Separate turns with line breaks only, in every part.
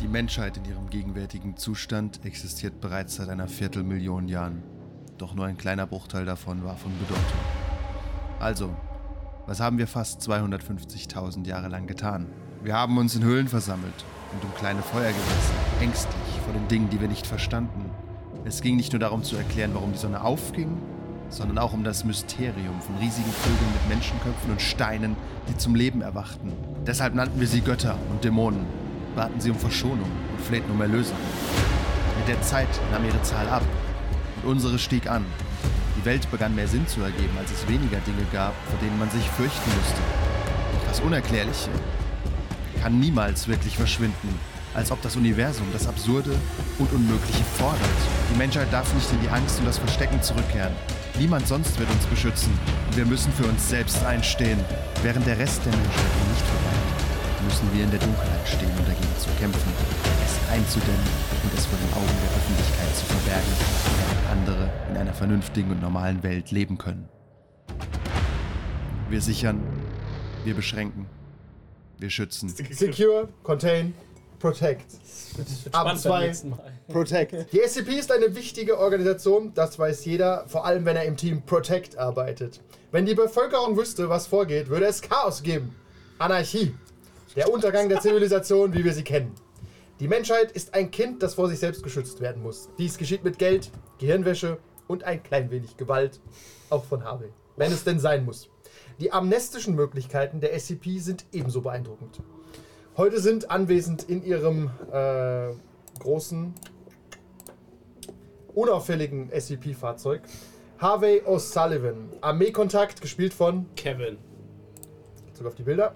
Die Menschheit in ihrem gegenwärtigen Zustand existiert bereits seit einer Viertelmillion Jahren. Doch nur ein kleiner Bruchteil davon war von Bedeutung. Also, was haben wir fast 250.000 Jahre lang getan? Wir haben uns in Höhlen versammelt und um kleine Feuer gesessen, ängstlich vor den Dingen, die wir nicht verstanden. Es ging nicht nur darum zu erklären, warum die Sonne aufging, sondern auch um das Mysterium von riesigen Vögeln mit Menschenköpfen und Steinen, die zum Leben erwachten. Deshalb nannten wir sie Götter und Dämonen, baten sie um Verschonung und flehten um Erlösung. Mit der Zeit nahm ihre Zahl ab und unsere stieg an. Die Welt begann mehr Sinn zu ergeben, als es weniger Dinge gab, vor denen man sich fürchten musste. Doch das Unerklärliche kann niemals wirklich verschwinden, als ob das Universum das Absurde und Unmögliche fordert. Die Menschheit darf nicht in die Angst und das Verstecken zurückkehren. Niemand sonst wird uns beschützen und wir müssen für uns selbst einstehen. Während der Rest der Menschheit noch nicht verweilt, müssen wir in der Dunkelheit stehen, um dagegen zu kämpfen, es einzudämmen und es vor den Augen der Öffentlichkeit zu verbergen, damit andere in einer vernünftigen und normalen Welt leben können. Wir sichern, wir beschränken, wir schützen.
Secure, Contain, Protect. Ab
Spannend beim
2,
letzten Mal.
Protect. Die SCP ist eine wichtige Organisation, das weiß jeder, vor allem wenn er im Team Protect arbeitet. Wenn die Bevölkerung wüsste, was vorgeht, würde es Chaos geben. Anarchie. Der Untergang der Zivilisation, wie wir sie kennen. Die Menschheit ist ein Kind, das vor sich selbst geschützt werden muss. Dies geschieht mit Geld, Gehirnwäsche und ein klein wenig Gewalt, auch von Harvey, wenn es denn sein muss. Die amnestischen Möglichkeiten der SCP sind ebenso beeindruckend. Heute sind anwesend in ihrem äh, großen, unauffälligen SCP-Fahrzeug Harvey O'Sullivan, Armeekontakt, gespielt von
Kevin.
zurück auf die Bilder.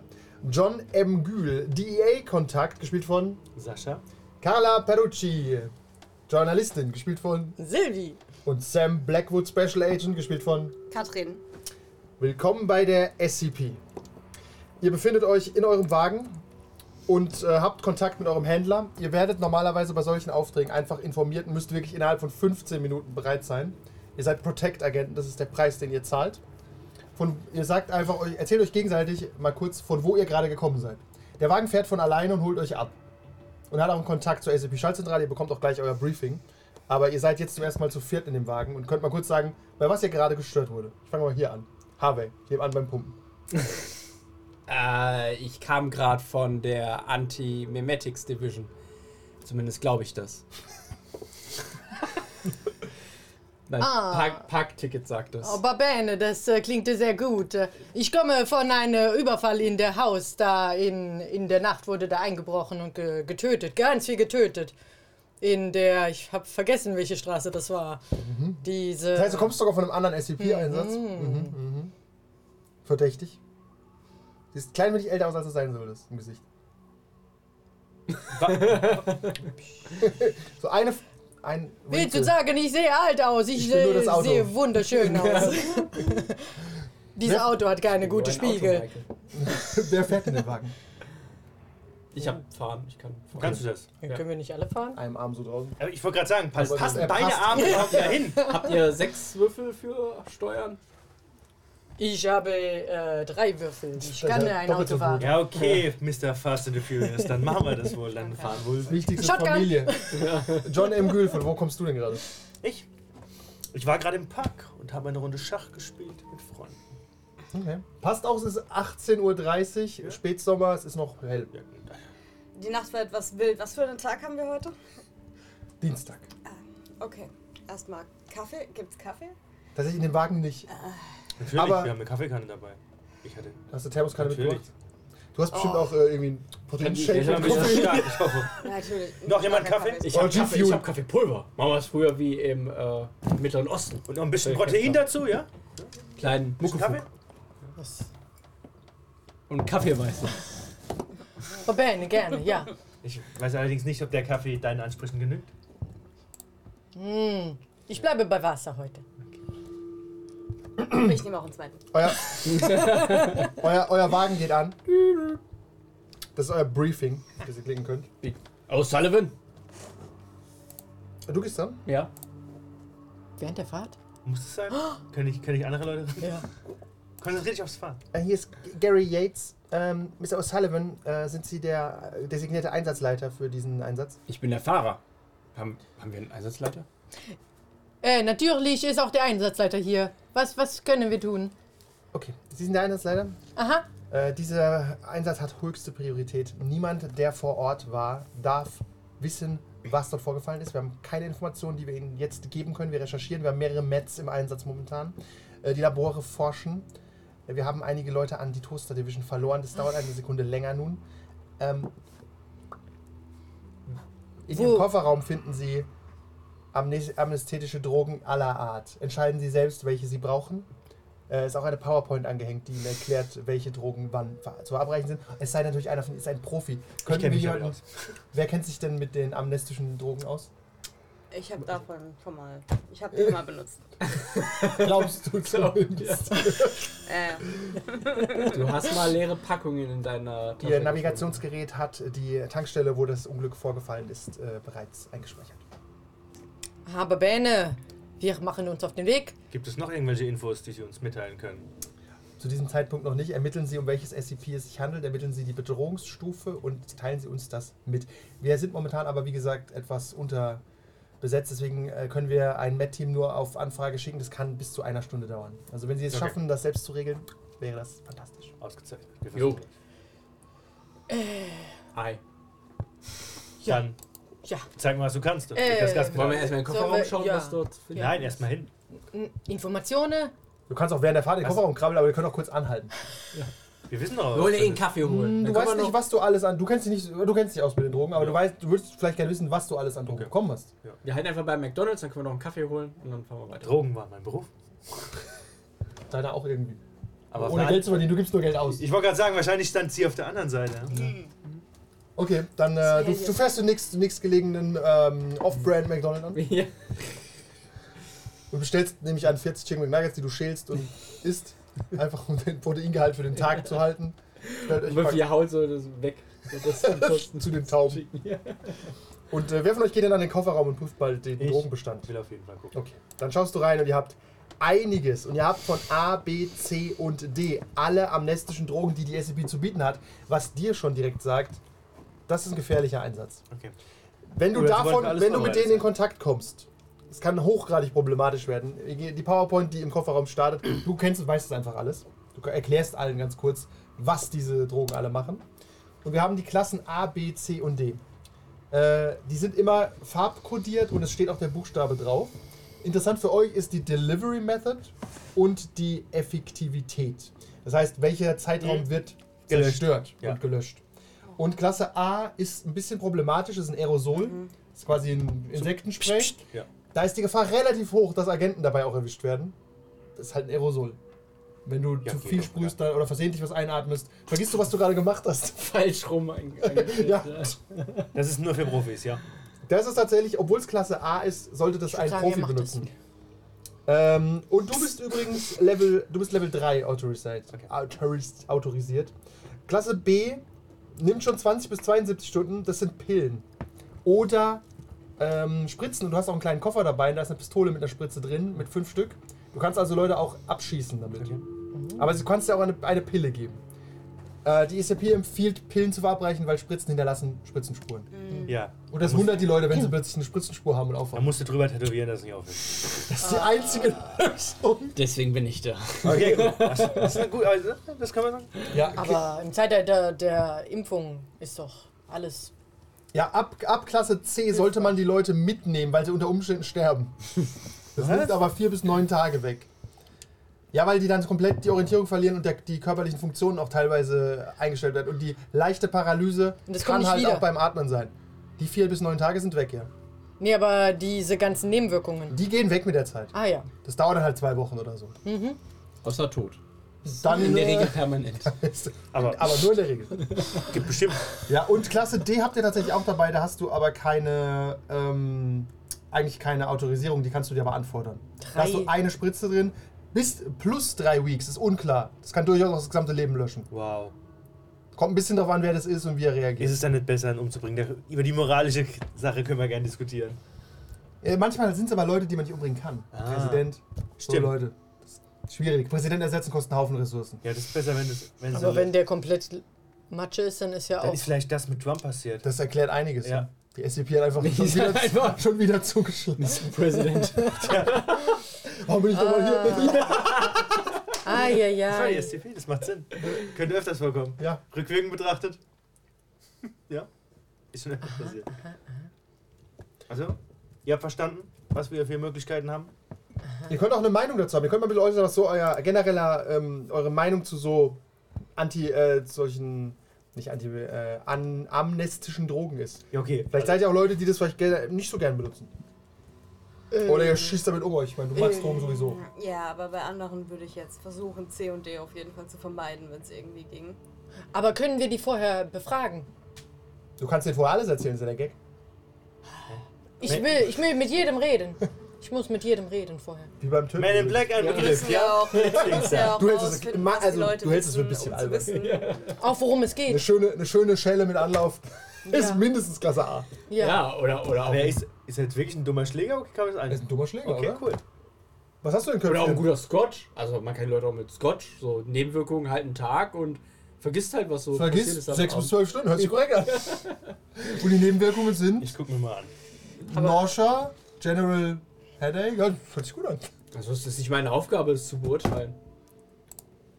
John M. Gül, DEA-Kontakt, gespielt von
Sascha.
Carla Perucci, Journalistin, gespielt von.
Silvi.
Und Sam Blackwood, Special Agent, gespielt von.
Katrin.
Willkommen bei der SCP. Ihr befindet euch in eurem Wagen und äh, habt Kontakt mit eurem Händler. Ihr werdet normalerweise bei solchen Aufträgen einfach informiert und müsst wirklich innerhalb von 15 Minuten bereit sein. Ihr seid Protect-Agenten, das ist der Preis, den ihr zahlt. Von, ihr sagt einfach, euch, erzählt euch gegenseitig mal kurz, von wo ihr gerade gekommen seid. Der Wagen fährt von alleine und holt euch ab. Und hat auch einen Kontakt zur SCP-Schaltzentrale. Ihr bekommt auch gleich euer Briefing. Aber ihr seid jetzt zum ersten Mal zu viert in dem Wagen und könnt mal kurz sagen, bei was ihr gerade gestört wurde. Ich fange mal hier an. Harvey, ich nehme an beim Pumpen.
Äh, ich kam gerade von der Anti-Memetics Division. Zumindest glaube ich das. Mein
Ah.
Park- Parkticket sagt das.
Oh, Babene, das äh, klingte sehr gut. Äh, Ich komme von einem Überfall in der Haus. Da in, in der Nacht wurde da eingebrochen und ge getötet. Ganz viel getötet. In der, ich habe vergessen, welche Straße das war. Diese.
Mhm. Das heißt, du kommst sogar von einem anderen SCP-Einsatz. Mhm. Mhm, Verdächtig. Siehst klein wenig älter aus, als du sein solltest im Gesicht. so eine. Ein
Willst du sagen, ich sehe alt aus? Ich,
Ich bin nur das
äh,
Auto. Ne?
sehe wunderschön aus. Dieses Auto hat keine gute
Nur ein Auto,
Spiegel.
Michael.
Wer fährt in den Wagen?
Ich hab fahren, ich kann fahren. Also,
Kannst du das?
Dann können wir nicht alle fahren?
Einem Arm so draußen.
Aber Ich wollte gerade sagen, pass,
also,
Aber
passen
er
beide
passt.
Arme überhaupt da hin?
Habt ihr sechs Würfel für Steuern?
Ich habe äh, drei Würfel. Ich
Das
kann
ist ja
ein
doppelt so
Auto
gut.
fahren.
Ja, okay, Mr. Fast and the Furious, dann machen wir das wohl, dann fahren wohl.
Also Wichtigste
Shotgun.
Familie. John M. Gül, von wo kommst du denn gerade?
Ich? Ich war gerade im Park und habe eine Runde Schach gespielt mit Freunden.
Okay. Passt auch, es ist 18.30 Uhr, Spätsommer, es ist noch hell.
Die Nacht war etwas wild. Was für einen Tag haben wir heute?
Dienstag.
Okay, erstmal Kaffee. Gibt's Kaffee?
Tatsächlich in dem Wagen nicht.
Natürlich,
Aber-
wir haben eine Kaffeekanne dabei. Ich hatte.
Hast du Thermoskanne
Natürlich.
mitgebracht? Du hast bestimmt auch äh, irgendwie einen
Ich hab
Proteinshake
ein
und
bisschen-
Kaffee.
stark, ich hoffe.
Natürlich.
Noch jemand
Kaffee
Kaffee?
ist
Ich
Oh,
hab, Kaffee, ich
G-Fuel.
hab Kaffeepulver. Machen wir es früher wie im äh, Mittleren Osten.
Und noch ein bisschen Protein dazu, ja?
Kleinen
Bisschen Kaffee?
Muckefunk. Und Kaffeeweißen.
Babene, gerne, ja.
Ich weiß allerdings nicht, ob der Kaffee deinen Ansprüchen genügt.
Ich bleibe bei Wasser heute.
Ich nehme auch einen zweiten.
Euer, euer, euer Wagen geht an. Das ist euer Briefing, das ihr klicken könnt.
Oh, Sullivan?
Äh, Du gehst dann?
Ja.
Während der Fahrt?
Muss es sein? Können ich, können ich andere Leute?
Ja.
Konzentrier dich aufs Fahren.
Äh, Hier ist Gary Yates. Ähm, Mr. O'Sullivan, äh, sind Sie der äh, designierte Einsatzleiter für diesen Einsatz?
Ich bin der Fahrer. Haben, haben wir einen Einsatzleiter?
Äh, natürlich ist auch der Einsatzleiter hier. Was, was können wir tun?
Okay, Sie sind der Einsatzleiter?
Aha.
Äh, dieser Einsatz hat höchste Priorität. Niemand, der vor Ort war, darf wissen, was dort vorgefallen ist. Wir haben keine Informationen, die wir Ihnen jetzt geben können. Wir recherchieren. Wir haben mehrere Mets im Einsatz momentan. Äh, die Labore forschen. Äh, Wir haben einige Leute an die Toaster Division verloren. Das dauert eine Sekunde länger nun. Ähm, in
Wo-
Ihrem Kofferraum finden Sie amnes amnesthetische Drogen aller Art. Entscheiden Sie selbst, welche Sie brauchen. Äh, ist auch eine PowerPoint angehängt, die Ihnen erklärt, welche Drogen wann ver- zu verabreichen sind. Es sei natürlich einer von Ihnen ist ein Profi. Können
kenn
wir
mich damit
jemanden, Wer kennt sich denn mit den amnestischen Drogen aus?
Ich habe davon schon mal. Ich habe den mal benutzt.
Glaubst du zumindest?
Äh,
Du hast mal leere Packungen in deiner Tasche
Ihr
gefunden.
Navigationsgerät hat die Tankstelle, wo das Unglück vorgefallen ist, äh, bereits eingespeichert.
Aber Bene, wir machen uns auf den Weg.
Gibt es noch irgendwelche Infos, die Sie uns mitteilen können?
Zu diesem Zeitpunkt noch nicht. Ermitteln Sie, um welches SCP es sich handelt, ermitteln Sie die Bedrohungsstufe und teilen Sie uns das mit. Wir sind momentan aber, wie gesagt, etwas unterbesetzt, deswegen äh, können wir ein Met-Team nur auf Anfrage schicken. Das kann bis zu einer Stunde dauern. Also wenn Sie es
Okay.
schaffen, das selbst zu regeln, wäre das fantastisch.
Ausgezeichnet. Wir
Jo.
versuchen das.
Ei.
Ja.
Dann
Ja.
zeig mal, was du kannst. Und
Äh,
gib das Gas
Wollen wir erstmal in
bitte.
den
Sollen
Kofferraum
wir-
schauen,
ja.
was dort findet?
Nein, erstmal hin.
N- Informationen?
Du kannst auch während der Fahrt in den
Was?
Kofferraum krabbeln, aber wir können auch kurz anhalten.
Wir wissen doch.
Wir wollen
was
eh einen
das
Kaffee
Hm,
holen.
Du
Dann können
weißt
wir
nicht,
noch-
was du alles an. Du kennst dich nicht, du kennst dich aus mit den Drogen, aber
Ja.
du weißt, du würdest vielleicht gerne wissen, was du alles an Drogen
Okay.
bekommen hast.
Wir halten einfach bei McDonalds, dann können wir noch einen Kaffee holen und dann fahren wir
ist.
weiter.
Drogen waren mein Beruf.
Deiner auch irgendwie.
Aber
Ohne
auf
Geld
der
zu verdienen, du gibst nur Geld aus.
ich wollte gerade sagen, wahrscheinlich stand sie auf der anderen Seite.
Okay, dann
Das
äh,
wär
du,
jetzt-
du fährst den nächst, nächstgelegenen ähm, Off-Brand McDonald's an
Ja.
und bestellst nämlich an 40 Chicken McNuggets, die du schälst und isst, einfach um den Proteingehalt für den Tag zu halten. Stellt euch
Und
mal
wir hauen so das weg. So, Das sind Kosten.
zu den Tauben.
Ja.
Und äh, wer von euch geht denn an den Kofferraum und prüft mal den
Ich.
Drogenbestand?
Ich will auf jeden Fall gucken.
Okay, dann schaust du rein und ihr habt einiges. Und ihr habt von A, B, C und D alle amnestischen Drogen, die die SCP zu bieten hat, was dir schon direkt sagt, das ist ein gefährlicher Einsatz.
Okay.
Wenn du
Oder sie
davon,
wollten alles
wenn du mit
vorbereitet
denen in Kontakt kommst, es kann hochgradig problematisch werden. Die PowerPoint, die im Kofferraum startet, du kennst und weißt es einfach alles. Du erklärst allen ganz kurz, was diese Drogen alle machen. Und wir haben die Klassen A, B, C und D. Äh, die sind immer farbkodiert und es steht auch der Buchstabe drauf. Interessant für euch ist die Delivery Method und die Effektivität. Das heißt, welcher Zeitraum wird
Mhm. Gelöscht.
zerstört
Ja.
und gelöscht. Und Klasse A ist ein bisschen problematisch, ist ein Aerosol,
Mhm.
ist quasi ein Insektenspray.
Ja.
Da ist die Gefahr relativ hoch, dass Agenten dabei auch erwischt werden. Das ist halt ein Aerosol. Wenn du
Ja,
zu
geht
viel
auch,
sprühst dann, oder versehentlich was einatmest, vergisst du, was du gerade gemacht hast.
Falsch rum ein- eingestellt,
Ja.
ja.
Das ist nur für Profis, ja.
Das ist tatsächlich, obwohl es Klasse A ist, sollte das
Ich würd
ein
sagen,
Profi
er macht das.
benutzen. Ähm, und du bist übrigens Level, du bist Level 3 autorisiert.
Okay.
Autoris- autorisiert. Klasse B nimmt schon 20 bis 72 Stunden, das sind Pillen. Oder ähm, Spritzen und du hast auch einen kleinen Koffer dabei, und da ist eine Pistole mit einer Spritze drin, mit fünf Stück. Du kannst also Leute auch abschießen damit.
Mhm.
Aber du kannst ja auch eine, eine Pille geben. Äh, die ECP empfiehlt, Pillen zu verabreichen, weil Spritzen hinterlassen Spritzenspuren.
Ja.
Und das
Da musst-
wundert die Leute, wenn sie plötzlich eine Spritzenspur haben und
Da
aufwachen.
musst du drüber tätowieren, dass es nicht aufhört.
Das ist die
Ah.
einzige Lösung.
Deswegen bin ich da.
Okay, gut. Das das ist eine gute, also, das kann man sagen.
Ja,
Aber im Zeitalter der Impfung ist doch alles.
ja ab, ab Klasse C sollte man die Leute mitnehmen, weil sie unter Umständen sterben. Das nimmt aber vier bis neun Tage weg. Ja, weil die dann komplett die Orientierung verlieren und der, die körperlichen Funktionen auch teilweise eingestellt werden. Und die leichte Paralyse
Und das kommt
kann
nicht
halt
wieder.
auch beim Atmen sein. Die vier bis neun Tage sind weg, ja.
Nee, aber diese ganzen Nebenwirkungen.
Die gehen weg mit der Zeit.
Ah ja.
Das dauert dann halt zwei Wochen oder so.
Außer tot.
Dann
In
äh,
der Regel permanent.
Aber,
Aber nur in der Regel.
gibt bestimmt.
Ja, und Klasse D habt ihr tatsächlich auch dabei, da hast du aber keine, ähm, eigentlich keine Autorisierung, die kannst du dir aber anfordern. Da hast du
Drei.
eine Spritze drin, bis plus drei Weeks, ist unklar. Das kann durchaus auch das gesamte Leben löschen.
Wow.
Kommt ein bisschen darauf an, wer das ist und wie er reagiert.
Ist es dann nicht besser, ihn umzubringen? Da- Über die moralische Sache können wir gerne diskutieren.
Äh, manchmal sind es aber Leute, die man nicht umbringen kann.
Ah.
Präsident, so
Stimmt.
Leute. Schwierig. Präsident ersetzen kostet einen Haufen Ressourcen.
Ja, das ist besser, wenn es. Wenn
Aber
so,
wenn der komplett Matsche ist, dann ist ja
dann
auch.
ist vielleicht das mit Trump passiert.
Das erklärt einiges.
Ja.
Die SCP hat einfach schon
ist
wieder,
einfach-
schon wieder zugeschlagen.
Mr. President.
Warum bin ich nochmal hier?
Ah, ja,
das
ja.
war die SCP, das macht Sinn. Könnte öfters vorkommen.
Ja.
Rückwirkend betrachtet. ja. Ist schon öfters passiert. Also, ihr habt verstanden, was wir für Möglichkeiten haben.
Ihr könnt auch eine Meinung dazu haben. Ihr könnt mal ein bisschen äußern, was so euer genereller, ähm, eure Meinung zu so anti, äh, solchen, nicht anti, äh, an, amnestischen Drogen ist.
Ja, okay.
Vielleicht seid ihr auch Leute, die das vielleicht gerne- nicht so gern benutzen. Oder ihr schießt damit um euch. Ich meine, du magst Drogen sowieso.
Ja, aber bei anderen würde ich jetzt versuchen, C und D auf jeden Fall zu vermeiden, wenn es irgendwie ging.
Aber können wir die vorher befragen?
Du kannst dir vorher alles erzählen, ist ja der Gag.
Ich will, ich will mit jedem reden. Ich muss mit jedem reden vorher.
Wie beim Töten.
Man in Black ein
Ja, wir
Begriff,
müssen
ja.
ja auch, wir müssen ja auch
Du hältst es-
rausfinden,
ma-
was
also,
die Leute
du hältst es für ein
wissen,
bisschen
um zu wissen.
Auch worum es
Eine
geht.
schöne, eine schöne Schelle mit Anlauf ist
Ja.
mindestens Klasse A.
Ja.
Ja, oder, oder, auch,
Wer ist, ist jetzt wirklich ein dummer Schläger? Okay, kann man das
Das ist
ein?
ein dummer Schläger,
Okay,
oder?
cool.
Was hast du denn
oder auch ein
Köpfchen?
guter Scotch. Also man kann die Leute auch mit Scotch, so Nebenwirkungen halt einen Tag und vergisst halt, was so
Vergiss,
passiert ist. am
6 bis
Abend.
12 Stunden, hört sich korrekt an. Und die Nebenwirkungen sind
Ich guck mir mal an.
Nausea, General Headache, ja, das hört sich gut an.
Also es ist nicht meine Aufgabe, es zu beurteilen.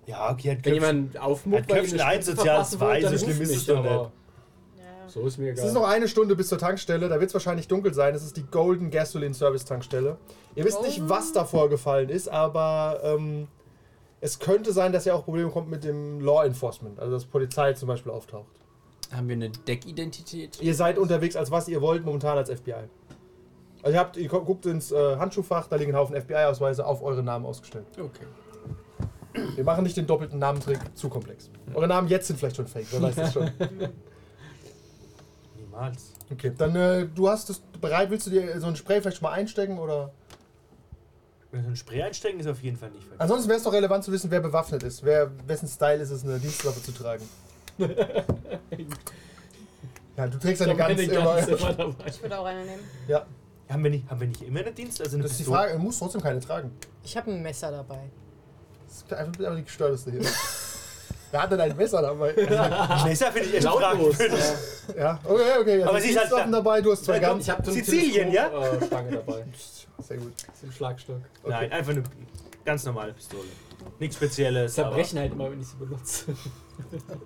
Ja, okay, hat
Wenn
Köpfchen-
jemand aufmuckt,
Hat
weil ihm
Köpfchen
eine
ein,
Spritze
soziales
verpasst wurde,
zwei,
dann
so schlimm
ruft
ist es
mich,
doch nicht.
aber
Ja.
So ist mir egal.
Es ist noch eine Stunde bis zur Tankstelle, da wird es wahrscheinlich dunkel sein. Es ist die Golden Gasoline Service Tankstelle. Ihr wisst nicht, was da vorgefallen ist, aber ähm, es könnte sein, dass ihr auch Probleme kommt mit dem Law Enforcement, also dass Polizei zum Beispiel auftaucht.
Haben wir eine Deckidentität?
Ihr seid unterwegs, als was ihr wollt, momentan als FBI. Also ihr, habt, ihr gu- guckt ins äh, Handschuhfach, da liegen ein Haufen FBI-Ausweise auf euren Namen ausgestellt.
Okay.
Wir machen nicht den doppelten Namentrick zu komplex. Eure Namen jetzt sind vielleicht schon fake, wer weiß das schon.
Niemals.
Okay, dann äh, du hast es bereit, willst du dir so ein Spray vielleicht schon mal einstecken oder?
Wenn so ein Spray einstecken ist auf jeden Fall nicht verkehrt.
Ansonsten wäre es doch relevant zu wissen, wer bewaffnet ist, wer, wessen Style ist es, eine Dienstwaffe zu tragen. ja, du trägst eine ganz immer.
Ich würde auch eine nehmen.
Ja,
Haben wir nicht, haben wir nicht immer einen Dienst? Also eine
das ist die
Pistole?
Frage. Du musst trotzdem keine tragen.
Ich habe ein Messer dabei.
Das ist einfach einfach die gestörteste hier. wer hat denn ein Messer dabei?
Messer finde ich echt
Lautlos.
fragwürdig.
ja, okay, okay. Also
Aber sie ist halt
Dienstwaffen
da.
dabei, du hast zwei Guns.
Ich habe so eine
Sizilien,
Teleskop, äh, Stange dabei.
Sehr gut.
Zum Schlagstock.
Nein, einfach eine ganz normale Pistole. Nichts Spezielles.
Zerbrechen halt immer, wenn ich sie benutze.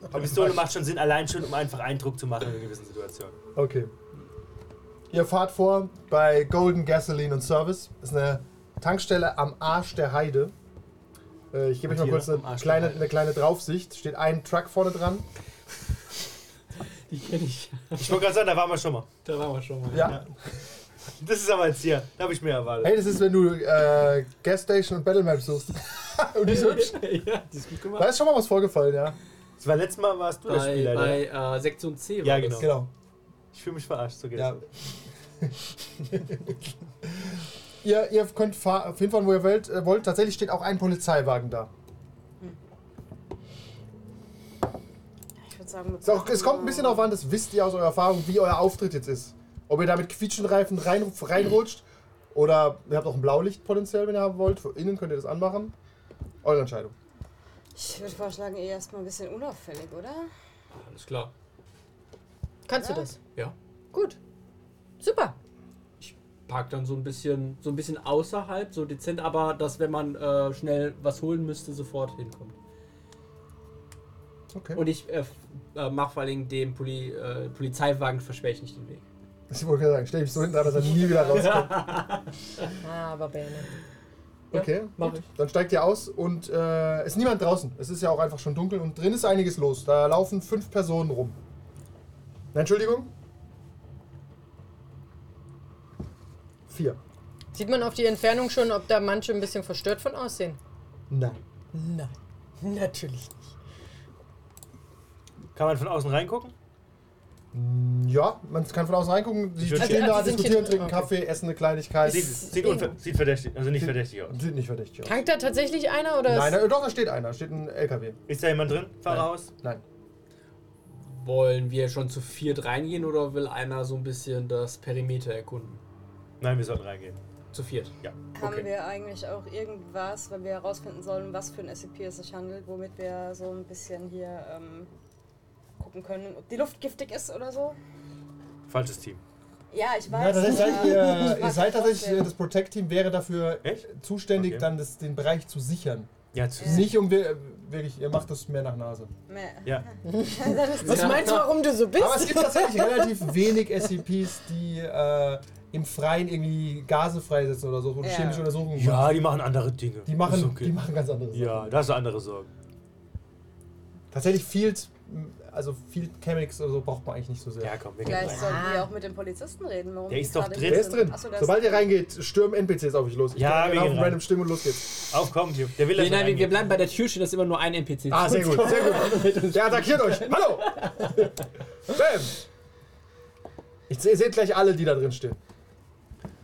Aber eine Pistole macht schon Sinn, allein schon, um einfach Eindruck zu machen in einer gewissen Situation.
Okay. Ihr fahrt vor bei Golden Gasoline und Service. Das ist eine Tankstelle am Arsch der Heide. Äh, ich gebe euch mal
Hier,
kurz eine
am Arsch der
kleine,
Heide.
eine kleine Draufsicht. Steht ein Truck vorne dran.
Die kenne ich.
Ich wollte gerade sagen, da waren wir schon mal.
Da waren wir schon mal.
Ja.
Das ist aber jetzt hier. Da habe ich mir erwartet.
Hey, das ist, wenn du äh, Gas Station und Battle Map suchst. und die so,
ja, die ist gut
da
gemacht.
ist schon mal was vorgefallen, ja.
Das war letztes Mal warst du der
Bei,
Spieler. ne?
bei äh, Sektion C war
Ja,
das.
genau.
Genau.
Ich fühle mich verarscht. So geht's.
Ja. ihr, ihr könnt fahr- hinfahren, wo ihr wollt, äh, wollt. Tatsächlich steht auch ein Polizeiwagen da.
Ich würde sagen, mit
Es, auch, es kommt ein bisschen darauf an, das wisst ihr aus eurer Erfahrung, wie euer Auftritt jetzt ist. Ob ihr da mit quietschenden Reifen rein, reinrutscht oder ihr habt auch ein Blaulicht potenziell, wenn ihr haben wollt. Von innen könnt ihr das anmachen. Eure Entscheidung.
Ich würde vorschlagen, eher erstmal ein bisschen unauffällig, oder?
Alles klar.
Kannst
Ja.
du das?
Ja.
Gut. Super.
Park dann so ein bisschen, so ein bisschen außerhalb, so dezent, aber dass wenn man äh, schnell was holen müsste, sofort hinkommt.
Okay.
Und ich äh, f- äh, mache vor allen Dingen dem Poli, äh, Polizeiwagen versperre ich nicht den Weg.
Ich wollte gerade sagen, stell mich so hinten an, dass er nie wieder rauskommt.
Ah, aber Bene.
Okay.
Mach ich.
Dann steigt ihr aus und äh, ist niemand draußen. Es ist ja auch einfach schon dunkel und drin ist einiges los. Da laufen fünf Personen rum. Nein, Entschuldigung. Vier.
Sieht man auf die Entfernung schon, ob da manche ein bisschen verstört von aussehen?
Nein.
Nein. Natürlich.
Kann man von außen reingucken?
Ja, man kann von außen reingucken. Die
Also,
stehen
also
da,
sind
diskutieren,
hier-
trinken
okay.
Kaffee, essen eine Kleinigkeit.
Sieht, sieht, unver eh- sieht verdächtig, also nicht verdächtig aus.
Sieht nicht verdächtig aus.
Tankt da tatsächlich einer oder
Nein,
ist
da, doch, da steht einer. Da steht ein LKW.
Ist da jemand drin? Fahrerhaus?
Nein.
Wollen wir schon zu viert reingehen oder will einer so ein bisschen das Perimeter erkunden?
Nein, wir sollten reingehen.
Zu viert.
Ja,
Haben
okay.
wir eigentlich auch irgendwas, weil wir herausfinden sollen, was für ein SCP es sich handelt, womit wir so ein bisschen hier ähm, gucken können, ob die Luft giftig ist oder so?
Falsches Team.
Ja, ich
Ja,
weiß.
das ist halt,
aber
ihr,
ich
ihr
weiß
seid tatsächlich,
trotzdem.
äh, das Protect-Team wäre dafür
Echt?
zuständig,
Okay.
dann das, den Bereich zu sichern.
Ja, zu
Ja.
Nicht um wir, wirklich, ihr macht das mehr nach Nase.
Meh.
ja.
Was meinst du, warum du so
Aber es
bist?
gibt tatsächlich relativ wenig SCPs, die äh, im Freien irgendwie Gase freisetzen oder so, oder
Ja.
chemische Untersuchungen machen.
ja, die machen andere Dinge.
Die machen,
Ist okay.
die machen ganz andere Sachen.
ja, das ist andere Sorge.
Tatsächlich Field, also Field Chemics oder so braucht man eigentlich nicht so sehr.
Ja, komm, wir gehen
Vielleicht
rein.
sollten wir auch mit dem Polizisten reden. Warum
Der
die
ist doch
gerade
drin.
hier
Der ist drin.
Achso, der
Sobald
ist
ihr reingeht, stürmen NPCs auf euch los. Ich
Ja,
kann
wir
genau
gehen
auf
rein.
random Stimmen und los geht's.
Auf, komm, hier. der will das
Nee, nein, wir, wir
reingehen.
bleiben bei der Tür stehen, dass immer nur ein NPC.
Ah, sehr gut, sehr gut. Der attackiert euch. Hallo! Bam! Ich se- seht gleich alle, die da drin stehen.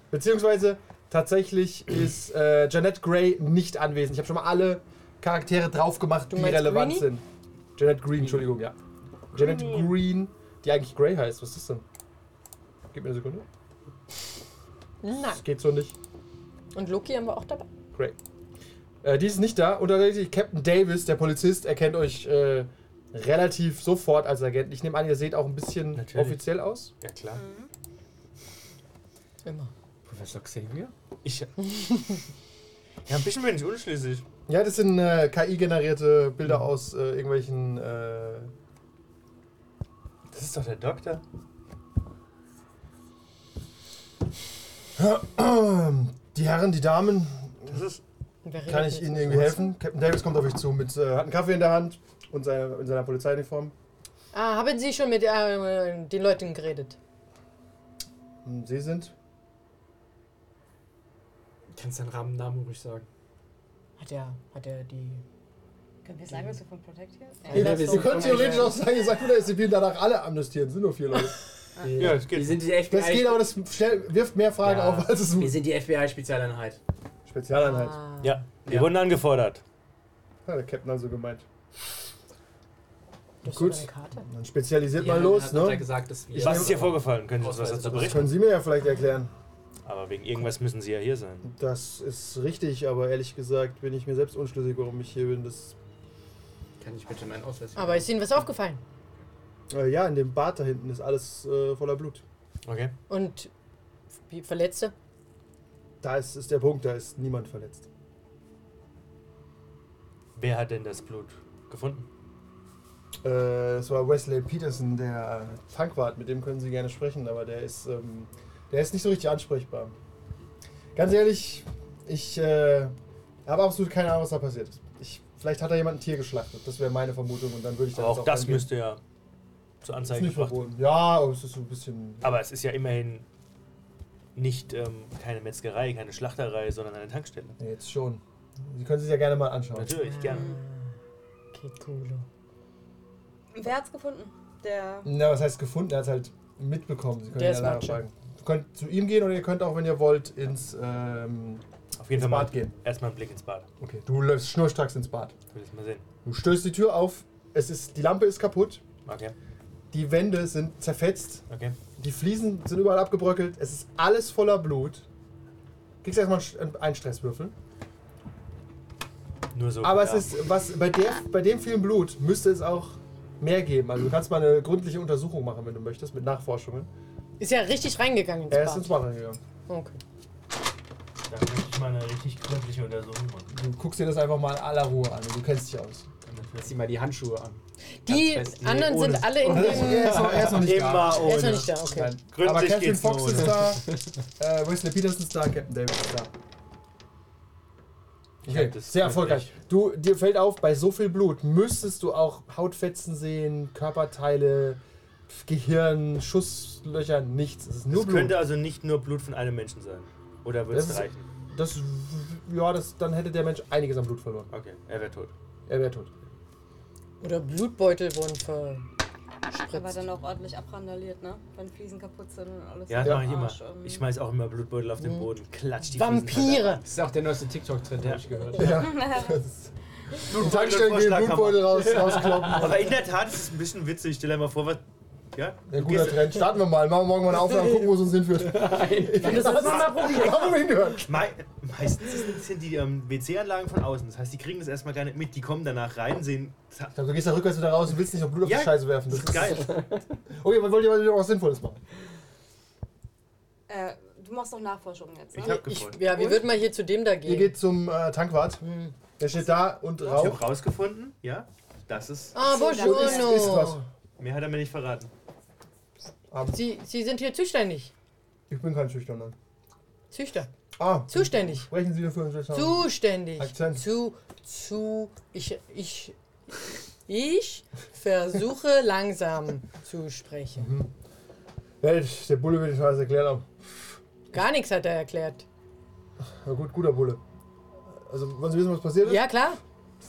Beziehungsweise tatsächlich ist äh, Janet Grey nicht anwesend. Ich habe schon mal alle Charaktere drauf gemacht, die
meinst
relevant
Greenie?
sind. Janet Green, Entschuldigung, ja. Janet Green, die eigentlich Grey heißt. Was ist das denn? Gib mir eine Sekunde.
Nein.
Das geht so nicht.
Und Loki haben wir auch dabei.
Great. Äh, die ist nicht da. Und tatsächlich Captain Davis, der Polizist, erkennt euch äh, relativ sofort als Agent. Ich nehme an, ihr seht auch ein bisschen
Natürlich.
offiziell aus.
Ja, klar.
Immer.
Professor Xavier?
Ich. ja, ein bisschen bin ich unschlüssig.
Ja, das sind äh, KI-generierte Bilder aus äh, irgendwelchen. Äh,
Das ist doch der Doktor.
ähm, die Herren, die Damen,
Das ist.
Wer redet
kann ich
jetzt?
Ihnen irgendwie helfen? Captain Davis kommt auf euch zu, mit, äh, hat einen Kaffee in der Hand und seine, in seiner Polizeiuniform.
Ah, haben Sie schon mit äh, den Leuten geredet?
Und Hm, Sie sind?
Kannst deinen Rahmennamen ruhig sagen.
Hat er, hat er die.
drin. Können wir sagen, dass wir von Protect hier sind?
Ja,
ihr
wir
ihr
sind-
könnt theoretisch auch sagen, ihr sagt nur der SCP und danach alle amnestieren. Sind nur vier Leute.
Ah.
Ja, das geht.
Wir sind die FBI.
Das geht, aber das stell- wirft mehr Fragen
Ja.
auf, als es
wir sind die FBI-Spezialeinheit.
Spezialeinheit.
Ah.
Ja, wir
Ja.
wurden angefordert.
Ja, der Captain also gemeint.
Das ist
Gut.
eine Karte.
Dann spezialisiert
Ja,
mal los,
hat, Hat er
ne?
gesagt, dass wir.
Ich
Was
nehme-
ist
äh,
hier vorgefallen? Können Sie uns was dazu
Das
berichten?
können Sie mir ja vielleicht erklären.
Aber wegen irgendwas müssen Sie ja hier sein.
Das ist richtig, aber ehrlich gesagt bin ich mir selbst unschlüssig, warum ich hier bin. Das,
Kann ich bitte meinen Ausweis
Aber ist Ihnen was aufgefallen?
äh, ja, in dem Bad da hinten ist alles äh, voller Blut.
Okay.
Und wie Verletzte?
Da ist, ist der Punkt, da ist niemand verletzt.
Wer hat denn das Blut gefunden?
Äh, das war Wesley Peterson, der Tankwart, mit dem können Sie gerne sprechen, aber der ist, ähm, der ist nicht so richtig ansprechbar. Ganz ehrlich, ich äh, habe absolut keine Ahnung, was da passiert ist. Ich, vielleicht hat da jemand ein Tier geschlachtet, das wäre meine Vermutung und dann würde ich da jetzt
Auch das
reingehen.
müsste ja zur
Ist
Anzeige
nicht
gebracht
verboten. Ja, aber es ist so ein bisschen.
Aber es ist ja immerhin nicht ähm, keine Metzgerei, keine Schlachterei, sondern eine Tankstelle.
Nee, jetzt schon. Sie können sich ja gerne mal anschauen.
Hm.
Natürlich, gerne.
Okay, cool.
Wer hat's gefunden? Der.
Na, was heißt gefunden? Er hat halt mitbekommen. Sie können
Der
ja
ist
nachfragen. Ihr könnt zu ihm gehen oder ihr könnt auch, wenn ihr wollt, ins. Ähm,
Auf jeden
Ins
Fall mal
Bad gehen.
erstmal einen Blick ins Bad.
okay, du läufst schnurstracks ins Bad.
Will ich mal sehen.
Du stößt die Tür auf. Es ist, die Lampe ist kaputt.
Okay,
Die Wände sind zerfetzt.
okay.
Die Fliesen sind überall abgebröckelt. Es ist alles voller Blut. Kriegst erstmal einen Sch- einen Stresswürfel.
Nur so.
Aber
ja.
es ist, was bei, der, bei dem vielen Blut müsste es auch mehr geben. Also du kannst mal eine gründliche Untersuchung machen, wenn du möchtest, mit Nachforschungen.
Ist ja richtig reingegangen ins
Er ist ins
Bad.
Wasser gegangen.
Okay.
Da möchte ich mal eine richtig gründliche Untersuchung machen.
Du guckst dir das einfach mal in aller Ruhe an. Du kennst dich aus.
Zieh mal die Handschuhe an.
Die
fest, nee,
anderen sind
ohne-
alle in dem.
ist noch, er ist noch
Immer
Er ist noch
ohne.
nicht da, okay.
Nein.
Gründlich
Aber Captain
geht's
Fox
nur
ist da, äh, Wesley Peterson ist da, Captain Davis ist da.
hab
Okay,
das
sehr erfolgreich. Du, dir fällt auf, bei so viel Blut müsstest du auch Hautfetzen sehen, Körperteile, Pf, Gehirn, Schusslöcher, nichts. Es ist nur
Es
Blut.
könnte also nicht nur Blut von einem Menschen sein. Oder würde
Das
es
ist-
reichen?
Das, ja, das, dann hätte der Mensch einiges an Blut verloren.
Okay, er wäre tot.
Er wäre tot.
Oder Blutbeutel wurden
Der war
verspritzt.
dann auch ordentlich abrandaliert, ne? Wenn Fliesen kaputt sind und alles.
Ja, das
Ja. Mhm.
mache ich
Arsch,
immer.
ähm.
Ich schmeiß auch immer Blutbeutel auf den Boden, klatsch die
Vampire!
Das ist auch der neueste TikTok-Trend,
Ja.
habe ich gehört.
Ja. Die Tankstellen gehen
Vorschlaghammer.
Blutbeutel raus, rauskloppen.
Aber in der Tat ist es ein bisschen witzig. Stell dir mal vor, was Ja?
Ja, guter Trend. Starten wir mal. Machen wir morgen mal eine Aufnahme und gucken, wo es uns hinführt.
Und das hat man mal probiert.
Haben wir hingehört.
Mei meistens sind- sind die ähm, WC-Anlagen von außen. Das heißt, die kriegen das erstmal gar nicht mit. Die kommen danach rein, sehen.
Ich glaube, du gehst da rückwärts wieder raus und willst nicht noch Blut auf
Ja,
die Scheiße werfen.
Das ist geil.
Okay, man wollte ja mal wieder was Sinnvolles machen.
Äh, du machst noch Nachforschungen jetzt, ne?
Ich hab
Ich,
gefunden.
ja, wie
Und?
wird man hier zu dem da
Ihr
gehen?
geht zum äh, Tankwart. Der steht da und
Ich habe
raucht.
rausgefunden, ja. Das ist.
Ah,
Und isst, isst was.
buongiorno.
Mehr hat er mir nicht verraten.
Abends.
Sie, Sie sind hier zuständig.
Ich bin kein Schüchterner.
Züchter.
Ah,
Zuständig.
sprechen Sie dafür einen Zu.
Zuständig.
Akzent.
Zu, zu, ich, ich, ich versuche langsam zu sprechen.
Mensch, der Bulle will ich alles erklärt haben.
Gar nichts hat er erklärt.
Na gut, guter Bulle. Also, wollen Sie wissen, was passiert ist?
Ja, klar.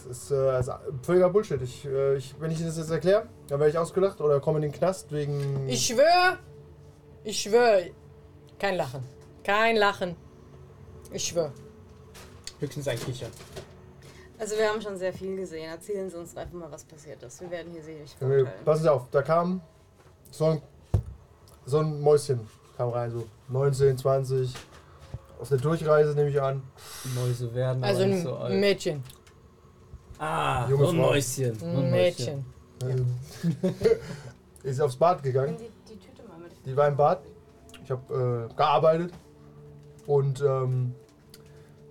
Das ist, äh, also, völliger Bullshit. Ich, äh, ich, wenn ich Ihnen das jetzt erkläre, dann werde ich ausgelacht oder komme in den Knast wegen.
Ich schwöre, ich schwöre, kein Lachen. Kein Lachen. Ich schwöre.
Höchstens ein Kichern.
Also wir haben schon sehr viel gesehen. Erzählen Sie uns einfach mal, was passiert ist. Wir werden hier sicherlich
Okay,
verurteilen.
Äh, passen Sie auf, da kam so ein, so ein Mäuschen kam rein, so 19, 20. Auf der Durchreise nehme ich an.
Mäuse werden
Also
aber
ein
nicht so alt.
Mädchen.
ah,
Junge
so ein
Frau.
Mäuschen. so
Ein Mädchen.
Also, ist aufs Bad gegangen.
Nimm die, die Tüte mal mit.
Die war im Bad. Ich habe äh, gearbeitet. Und ähm,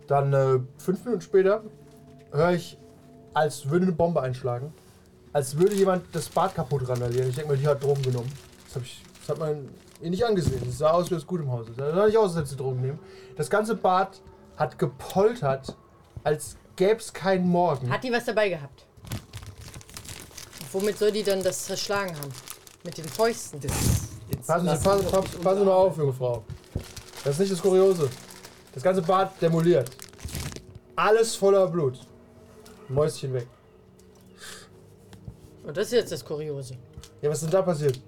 dann äh, fünf Minuten später höre ich, als würde eine Bombe einschlagen. Als würde jemand das Bad kaputt randalieren. Ich denke mal, die hat Drogen genommen. Das, hab ich, das hat man ihr nicht angesehen. Es sah aus, wie es gut im Haus ist. Das sah nicht aus, als hätte sie Drogen nehmen. Das ganze Bad hat gepoltert, als gäbe es keinen Morgen.
Hat die was dabei gehabt? Womit soll die dann das zerschlagen haben? Mit den Fäusten.
Jetzt
Passen Sie,
lassen
passen,
Sie doch
passen,
nicht
passen Sie mal
unter-
auf, junge Frau. Das ist nicht das Kuriose. Das ganze Bad demoliert. Alles voller Blut. Mäuschen weg.
Und Oh, das ist jetzt das Kuriose.
Ja, was ist denn da passiert?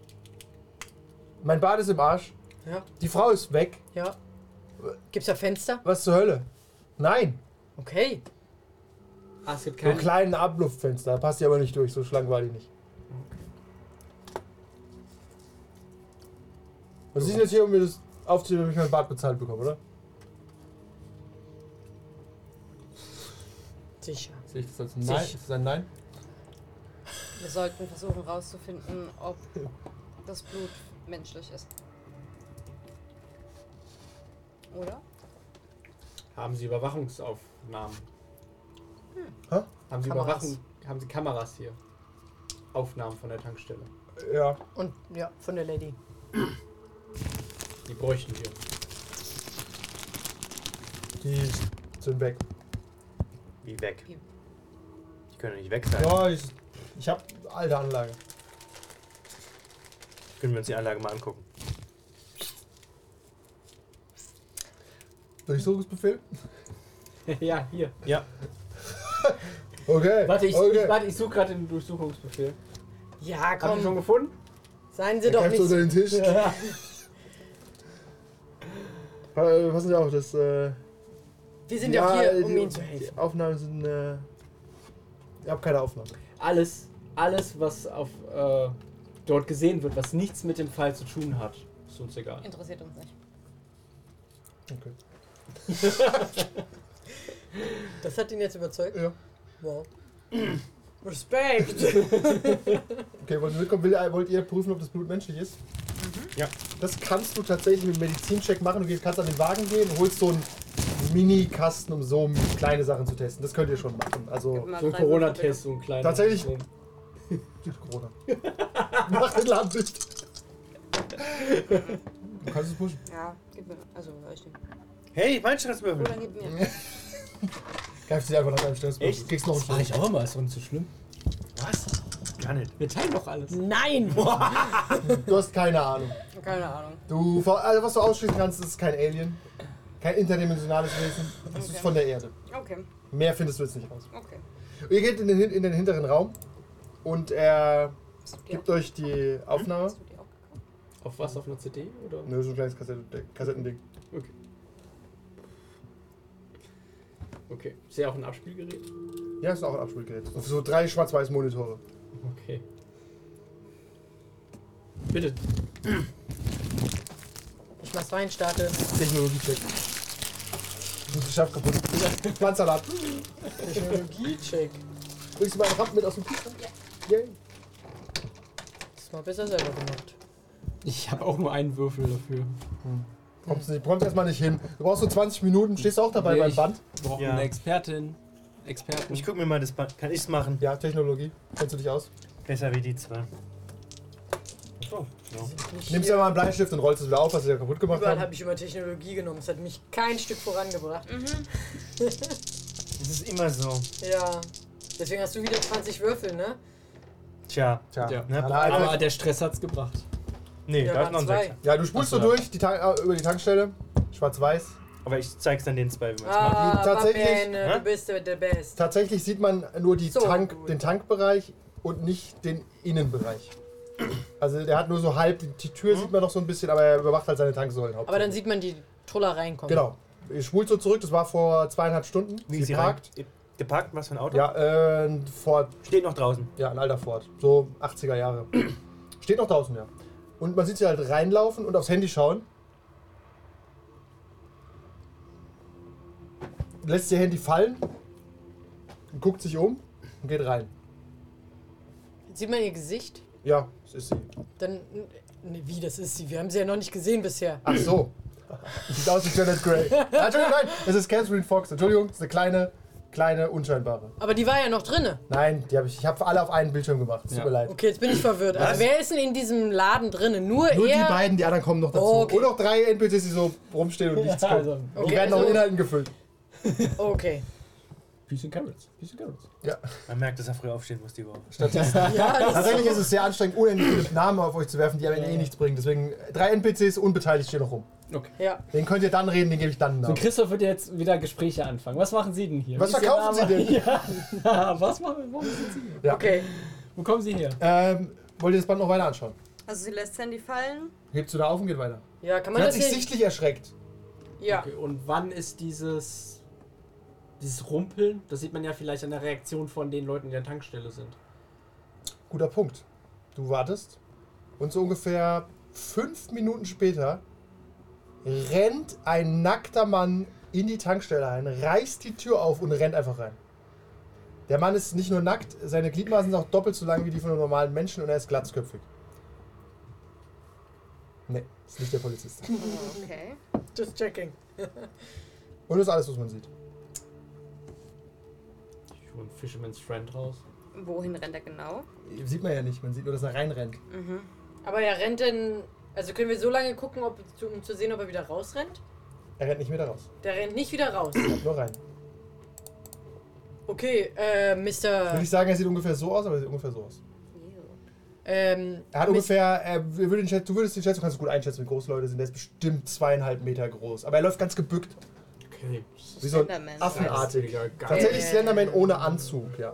Mein Bad ist im Arsch.
Ja.
Die Frau ist weg.
Ja. Gibt's da Fenster?
Was zur Hölle? Nein.
Okay.
Ah, es gibt
So ein
keinen.
kleines Abluftfenster. Da passt die aber nicht durch. So schlank war die nicht. Was ist denn jetzt hier, um mir das aufzunehmen, damit ich mein Bad bezahlt bekomme, oder?
Sicher.
Sehe ich das als
Nein? Sich-
Ist das ein Nein?
Wir sollten versuchen herauszufinden, ob das Blut menschlich ist. Oder?
Haben Sie Überwachungsaufnahmen?
Hä?
Haben Sie
Kameras.
Überwachung? Haben Sie Kameras hier? Aufnahmen von der Tankstelle.
Ja.
Und ja, von der Lady.
Die bräuchten wir.
Die sind weg.
Wie weg. Die können nicht weg sein.
Ja, ich, ich habe alte Anlage.
Können wir uns die Anlage mal angucken.
Durchsuchungsbefehl?
ja, hier.
Ja.
Okay.
Warte, ich,
okay.
ich, warte, ich suche gerade den Durchsuchungsbefehl.
Ja,
Haben Sie schon
komm.
gefunden?
Seien Sie
Der
doch
greift
nicht.
so unter
so-
den Tisch. Äh, passen Sie auf, das. Äh,
Wir sind ja
äh,
hier, um
die-
Ihnen zu helfen.
Die Aufnahmen sind. Äh, ich habe keine Aufnahmen.
Alles, alles, was auf äh, dort gesehen wird, was nichts mit dem Fall zu tun hat, ist uns egal.
Interessiert uns nicht.
Okay.
Das hat ihn jetzt überzeugt.
Ja.
Wow. Respekt.
Okay, wollt ihr mitkommen? Will, äh, wollt ihr prüfen, ob das Blut menschlich ist?
Mhm.
Ja.
Das kannst du tatsächlich mit einem Medizincheck machen. Du gehst- kannst an den Wagen gehen und holst so einen Mini-Kasten, um so kleine Sachen zu testen. Das könnt ihr schon machen.
Gib
Also,
mal
So ein
drei Würfel,
Corona-Test, so ein kleiner.
Tatsächlich?
So ein-
Corona. Mach den Laden dicht. Du kannst es pushen.
bitte. Ja, gib mir. Also, ich nehme.
Hey, mein Schatzwürfel.
Oder gib mir.
Greifst dich einfach nach deinem Stress.
Echt?
Kriegst noch einen
Mach
Stress.
ich auch mal, ist doch nicht so schlimm. Mhm.
Was? Gar nicht.
Wir teilen doch alles.
Nein.
Du hast keine Ahnung.
Keine Ahnung.
Du, also was du ausschließen kannst, ist kein Alien. Kein interdimensionales Wesen. Es ist
Okay.
von der Erde.
Okay,
Mehr findest du jetzt nicht raus.
okay.
Ihr geht in den, hin- in den hinteren Raum und er
Hast du die auch,
gibt euch die Aufnahme.
hast du die auch gekauft?
Auf was? Auf einer CD? Oder?
Nö, so ein kleines Kassetten- Kassettending.
Okay. Okay. Ist ja auch ein Abspielgerät?
Ja, ist auch ein Abspielgerät. Auf so drei schwarz-weiß Monitore.
Okay. Bitte.
Ich mach's rein, starte.
Technologiecheck. Sind geschafft kaputt. Pflanzsalat.
Technologiecheck.
Bringst du mal einen Rampen mit aus dem Kühlschrank? Ja. Yay.
Das mal besser selber gemacht.
Ich habe auch nur einen Würfel dafür.
Kommst du nicht, kommst erstmal nicht hin. Du brauchst so 20 Minuten, stehst du auch dabei
Nee,
beim
ich-
Band?
Brauchen
Ja.
eine Expertin. Experten.
Ich guck mir mal das Band. Kann ich's machen?
Ja, Technologie. Kennst du dich aus?
Besser wie die zwei. Oh, ja.
Nimmst ja mal einen Bleistift und rollst es wieder auf, was sie ja kaputt gemacht
Überall
haben.
habe ich immer Technologie genommen. Es hat mich kein Stück vorangebracht.
Das ist immer so.
Ja. Deswegen hast du wieder 20 Würfel, ne?
Tja. Ne?
Tja.
Ja.
Na, na,
Aber
na.
der Stress hat's gebracht.
Ja,
Nee, da ist
waren
noch ein
zwei.
Sechser.
ja, du spulst
Ach
so
so, ja.
durch die Tan- äh, über die Tankstelle. Schwarz-Weiß.
Aber ich zeig's dann den zwei, wie man's macht.
Ah,
Tatsächlich-
Pappen, du
Hä?
bist der der Best.
Tatsächlich sieht man nur die
So,
Tank,
gut.
den Tankbereich und nicht den Innenbereich. Also der hat nur so halb, die Tür sieht man noch so ein bisschen, aber er überwacht halt seine Tanksäulen.
Mhm. Aber dann
hauptsächlich.
sieht man die Troller reinkommen.
Genau. Ihr spult so zurück, das war vor zweieinhalb Stunden.
Wie sie
parkt.
parkt. Geparkt, was für ein Auto?
Ja, äh, ein Ford,
Steht noch draußen.
ja, ein alter Ford. So 80er Jahre. Steht noch draußen, ja. Und man sieht sie halt reinlaufen und aufs Handy schauen. Lässt ihr Handy fallen, guckt sich um und geht rein.
Sieht man ihr Gesicht?
Ja, es ist sie.
Dann. Ne, wie, das ist sie. Wir haben sie ja noch nicht gesehen bisher.
Ach so. Sieht aus wie Janet Grey. Ah, Entschuldigung, nein, es ist Catherine Fox. Entschuldigung, es ist eine kleine, kleine, unscheinbare.
Aber die war ja noch drinne.
Nein, die habe ich, ich habe alle auf einen Bildschirm gemacht. Es Tut
Ja.
mir leid.
Okay, jetzt bin ich verwirrt. Also, wer ist denn in diesem Laden drinne? Nur,
Nur
er.
die beiden, die anderen kommen noch dazu.
Oh, okay.
Und noch drei NPCs, die so rumstehen und nichts
Ja,
kommen.
also-
die
Okay,
werden noch
also-
mit Inhalten gefüllt.
Okay.
Peace and Carrots. Peace and Carrots.
Ja.
Man merkt, dass er früh aufstehen muss die Woche.
Ja, das
Tatsächlich ist es sehr anstrengend, unendlich viele Namen auf euch zu werfen, die am Ende eh nichts bringen. Deswegen drei NPCs unbeteiligt stehen noch rum.
Okay.
ja.
Den könnt ihr dann reden, den gebe ich dann einen
So,
Namen.
Christoph wird jetzt wieder Gespräche anfangen. Was machen Sie denn hier?
Was
Wie ist Ihr
verkaufen
Name?
Sie
Ja. Was machen warum sind Sie hier?
Okay.
Wo kommen Sie her?
Ähm, wollt ihr das Band noch weiter anschauen?
Also sie lässt Handy fallen.
Hebst du da auf und geht weiter.
Ja, kann
Man
man
hat
das
sich
nicht.
sichtlich erschreckt.
Ja.
Okay, und wann ist dieses. Dieses Rumpeln? Das sieht man ja vielleicht an der Reaktion von den Leuten, die an der Tankstelle sind.
Guter Punkt. Du wartest und so ungefähr fünf Minuten später rennt ein nackter Mann in die Tankstelle ein, reißt die Tür auf und rennt einfach rein. Der Mann ist nicht nur nackt, seine Gliedmaßen sind auch doppelt so lang wie die von einem normalen Menschen und er ist glatzköpfig. Nee, ist nicht der Polizist.
Okay.
Just checking.
Und das ist alles, was man sieht.
Ich hole einen Fisherman's Friend raus.
Wohin rennt er genau?
Sieht man ja nicht, man sieht nur, dass er reinrennt.
Aber er rennt denn. Also können wir so lange gucken, ob, zu- um zu sehen, ob er wieder rausrennt?
Er rennt nicht mehr da raus,
Der rennt nicht wieder raus.
er rennt nur rein.
Okay, äh,
Würde
Mr.
ich sagen, er sieht ungefähr so aus, aber er sieht ungefähr so aus.
Ähm,
Er hat
Mr.
ungefähr, er würde den Schätz, du würdest den Schätz, du kannst es gut einschätzen, wie groß Leute sind. Der ist bestimmt zweieinhalb Meter groß. Aber er läuft ganz gebückt,
Okay.
wie so ein
Slenderman.
Affenartig.
Geil. Geil.
Tatsächlich Slenderman ohne Anzug, ja.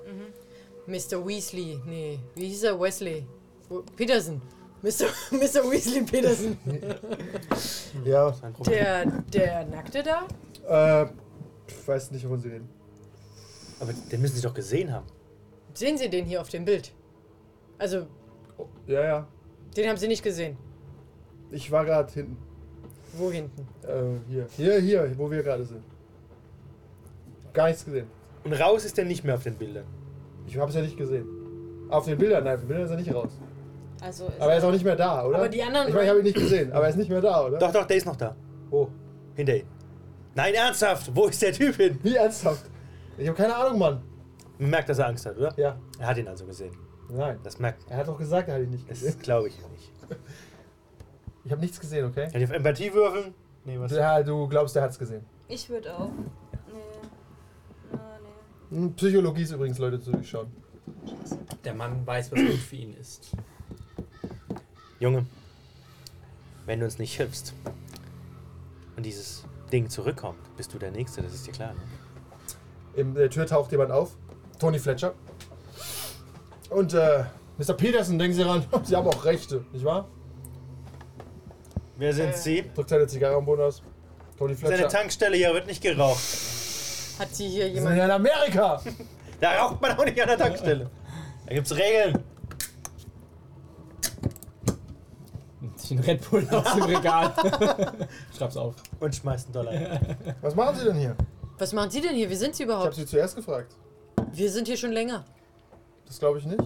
Mr. Weasley, nee, wie hieß er? Wesley. Wo- Peterson. Mr. Mr. Weasley Peterson. Mhm.
Ja,
Sein Problem.
Der, der Nackte da?
äh, ich weiß nicht, wovon sie reden.
Aber den müssen sie doch gesehen haben.
Sehen Sie den hier auf dem Bild? Also,
Oh, ja, ja.
den haben Sie nicht gesehen.
Ich war gerade hinten.
Wo hinten?
Äh, hier. Hier, hier, wo wir gerade sind. Gar nichts gesehen.
Und raus ist er nicht mehr auf den Bildern.
Ich hab's ja nicht gesehen. Auf den Bildern, nein, auf den Bildern ist er nicht raus.
Also ist
Aber er ist auch nicht mehr da, oder?
Aber die anderen-
Ich meine, ich habe ihn nicht gesehen, aber er ist nicht mehr da, oder?
Doch, doch, der ist noch da.
Oh.
Hinter ihm. Nein, ernsthaft! Wo ist der Typ hin?
Wie ernsthaft? Ich habe keine Ahnung, Mann.
Man merkt, dass er Angst hat, oder?
Ja.
Er hat ihn also gesehen.
Nein.
Das merkt man.
Er hat doch gesagt, er hat ihn nicht
Das
gesehen.
glaube ich nicht.
Ich habe nichts gesehen, okay?
Kann ich auf Empathie würfeln? Nee, was?
Ja, du glaubst, er hat's gesehen.
Ich würde auch. Nee. Ah, nee.
Hm, Psychologie ist übrigens, Leute, zu durchschauen.
Der Mann weiß, was gut für ihn ist.
Junge, wenn du uns nicht hilfst und dieses Ding zurückkommt, bist du der Nächste, das ist dir klar. Ne?
In der Tür äh, taucht jemand auf. Tony Fletcher. Und, äh, Mr. Peterson, denken Sie daran, Sie haben auch Rechte, nicht wahr?
Wer sind
Äh,
Sie?
Drückt seine Zigarre am Boden aus. Tony
Seine
Fletcher.
Tankstelle hier wird nicht geraucht.
Hat sie hier
Wir sind
jemand.
in Amerika!
Da raucht man auch nicht an der Tankstelle. Da gibt's Regeln.
einen Red Bull aus dem Regal. Schreib's auf.
Und schmeißt einen Dollar. rein.
Was machen Sie denn hier?
Was machen Sie denn hier? Wie sind Sie
Ich habe
überhaupt?
Sie zuerst gefragt.
Wir sind hier schon länger.
Das glaube ich nicht.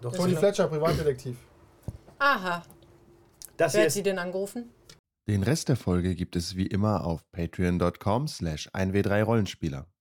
Doch,
Tony Fletcher, Privatdetektiv.
Aha.
das
Wer
hier
hat Sie
ist
denn angerufen?
Den Rest der Folge gibt es wie immer auf patreon.com slash 1w3rollenspieler.